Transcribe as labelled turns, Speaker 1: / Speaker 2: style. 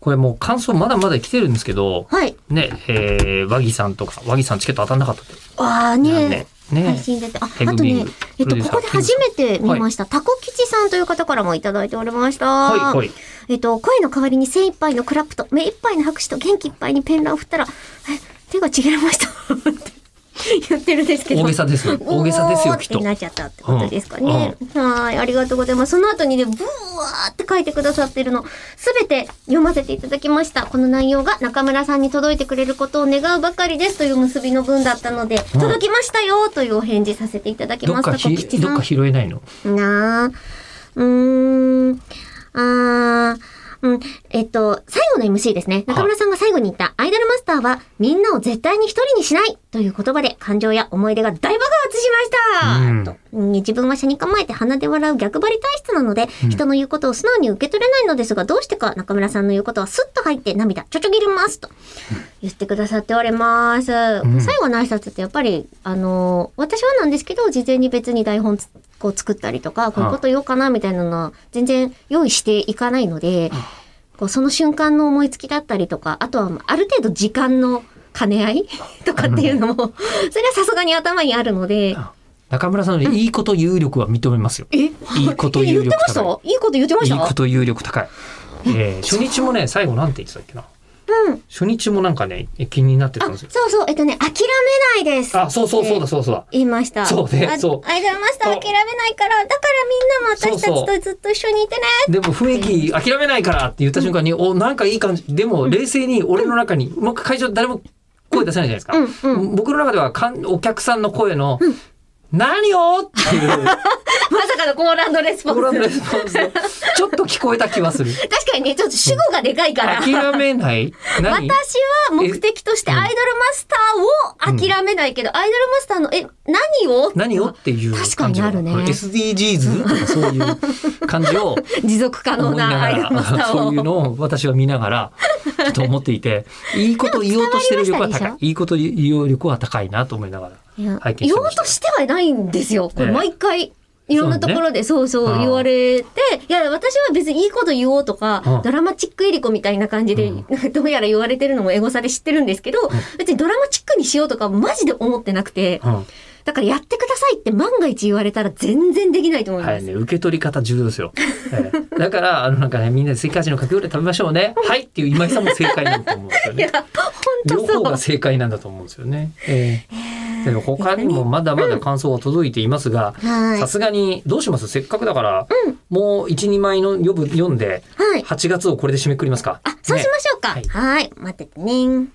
Speaker 1: これもう感想まだまだ来てるんですけど、
Speaker 2: はい。
Speaker 1: ね、えー、和木さんとか、和木さんチケット当たんなかったって。
Speaker 2: わ
Speaker 1: な
Speaker 2: あ
Speaker 1: ん
Speaker 2: ね
Speaker 1: で。ね
Speaker 2: 配信でて。あ、あ
Speaker 1: ヘグ
Speaker 2: と
Speaker 1: ビン
Speaker 2: ね
Speaker 1: グ、
Speaker 2: えっ
Speaker 1: プロ
Speaker 2: と、
Speaker 1: デューサ
Speaker 2: こ
Speaker 1: ー
Speaker 2: こで初めて見ました。タコ吉さんという方からもいただいておりました。
Speaker 1: はい、はい。
Speaker 2: えっと、声の代わりに精一杯のクラップと、目一杯の拍手と元気いっぱいにペンランを振ったら、え手がちぎれました。 って言ってるんですけど。
Speaker 1: 大げさです。 大げさです
Speaker 2: お
Speaker 1: よ、
Speaker 2: ー
Speaker 1: きっ
Speaker 2: って
Speaker 1: と。
Speaker 2: なっちゃったってことですかね。はーい、ありがとうございます。その後にね、ブワーって書いてくださってるの、すべて読ませていただきました。この内容が中村さんに届いてくれることを願うばかりですという結びの文だったので、
Speaker 1: うん
Speaker 2: 届きましたよというお返事させていただき
Speaker 1: ど
Speaker 2: ま
Speaker 1: っ
Speaker 2: した。
Speaker 1: かひ、
Speaker 2: 小吉さ
Speaker 1: ど
Speaker 2: ん
Speaker 1: っか拾えないの。
Speaker 2: なあ。うーん。あー。うん、えっと、最後の MC ですね。中村さんが最後に言った、アイドルマスターは、みんなを絶対に一人にしないという言葉で、感情や思い出が大爆発しました、とうん自分は車に構えて鼻で笑う逆張り体質なので、
Speaker 1: うん
Speaker 2: 人の言うことを素直に受け取れないのですが、どうしてか中村さんの言うことはスッと入って涙、ちょちょぎれます、と言ってくださっております。
Speaker 1: ん
Speaker 2: 最後の挨拶ってやっぱり、あの、私はなんですけど、事前に別に台本つこう作ったりとか、こういうこと言おうかなみたいなのは全然用意していかないので、こうその瞬間の思いつきだったりとか、あとはまあある程度時間の兼ね合いとかっていうのも、それはさすがに頭にあるので、
Speaker 1: 中村さんのいいこと有力は認めますよ。
Speaker 2: えい
Speaker 1: いこと言う
Speaker 2: 言
Speaker 1: よ
Speaker 2: ってましたいいこと言ってま
Speaker 1: い
Speaker 2: し
Speaker 1: い
Speaker 2: た
Speaker 1: こと有力高い。えー、初日もね、最後なんて言ってたっけな。
Speaker 2: うん。
Speaker 1: 初日もなんかね、気になってたん
Speaker 2: あ、
Speaker 1: ですよ。
Speaker 2: そうそう、えっとね、諦めないです。
Speaker 1: あ、そうそうそうだ、そうそうだ。
Speaker 2: 言いました。
Speaker 1: そうね
Speaker 2: あ
Speaker 1: そう
Speaker 2: アイドルマスターは諦めないから、だからみんなも私た
Speaker 1: そう
Speaker 2: ち
Speaker 1: そ
Speaker 2: とずっと一緒にいて ね。
Speaker 1: でも雰囲気諦めないからって言った瞬間に、お、なんかいい感じ。でも冷静に俺の中に、もう会場誰も声出せないじゃないですか。
Speaker 2: うんうん。
Speaker 1: 僕の中ではかんお客さんの声の、何をっていう、
Speaker 2: まさかのコーランドレスポンス。
Speaker 1: 僕らのレスポンスのちょっと聞こえた気はする。
Speaker 2: 確かにね、ちょっと主語がでかいから。 私は
Speaker 1: 諦めない何
Speaker 2: 目的としてアイドルマスターを諦めないけど、アイドルマスターの、え、何を
Speaker 1: 何をっていう
Speaker 2: 確か
Speaker 1: 感
Speaker 2: に
Speaker 1: じ
Speaker 2: あるね
Speaker 1: これ SDGs とかそういう感じ を
Speaker 2: 持続可能
Speaker 1: 思いな
Speaker 2: なア
Speaker 1: が
Speaker 2: イドルマスタ
Speaker 1: ら、
Speaker 2: ー
Speaker 1: そういう
Speaker 2: を。
Speaker 1: のを私は見ながら、ちょっと思っていて、いいこと言おうとしてる力は
Speaker 2: でも伝
Speaker 1: 高
Speaker 2: わりましたで
Speaker 1: い。いいこと言おう力は高いなと思いながら。
Speaker 2: いや
Speaker 1: 拝見して
Speaker 2: 言お
Speaker 1: ま
Speaker 2: う
Speaker 1: した
Speaker 2: としてはいないんですよ。
Speaker 1: え
Speaker 2: これ
Speaker 1: え
Speaker 2: 毎回。いろんなところでそうそう
Speaker 1: ああ
Speaker 2: 言われて、いや、私は別にいいこと言おうと
Speaker 1: うん
Speaker 2: か、ドラマチックエリコみたいな感じで
Speaker 1: うん、
Speaker 2: なんかどうやら言われてるのもエゴサで知ってるんですけど、別にドラマチックにしようとかマジで思ってなくて、
Speaker 1: うん
Speaker 2: だからやってくださいって万が一言われたら全然できないと思い
Speaker 1: は
Speaker 2: ま
Speaker 1: い
Speaker 2: す。
Speaker 1: ね、受け取り方重要ですよ。え えだから、あの、なんかね、みんなでスイカ味のかき氷食べましょうね。はいっていう今井さんも正解なんだと思うんですよ
Speaker 2: いや
Speaker 1: ね。、
Speaker 2: 本
Speaker 1: 両方
Speaker 2: 当
Speaker 1: が
Speaker 2: そ
Speaker 1: 正解なんだと思うんですよね。ええでも他にもまだまだ感想は届いていますが、
Speaker 2: う。はい
Speaker 1: さ。すがにどうしますせっかくだから、もう1、2枚の読む読んで、
Speaker 2: はい。
Speaker 1: 8月をこれで締めくくりますか。
Speaker 2: あ、そうし
Speaker 1: ね
Speaker 2: ましょうか。
Speaker 1: はい
Speaker 2: はい。待っててね。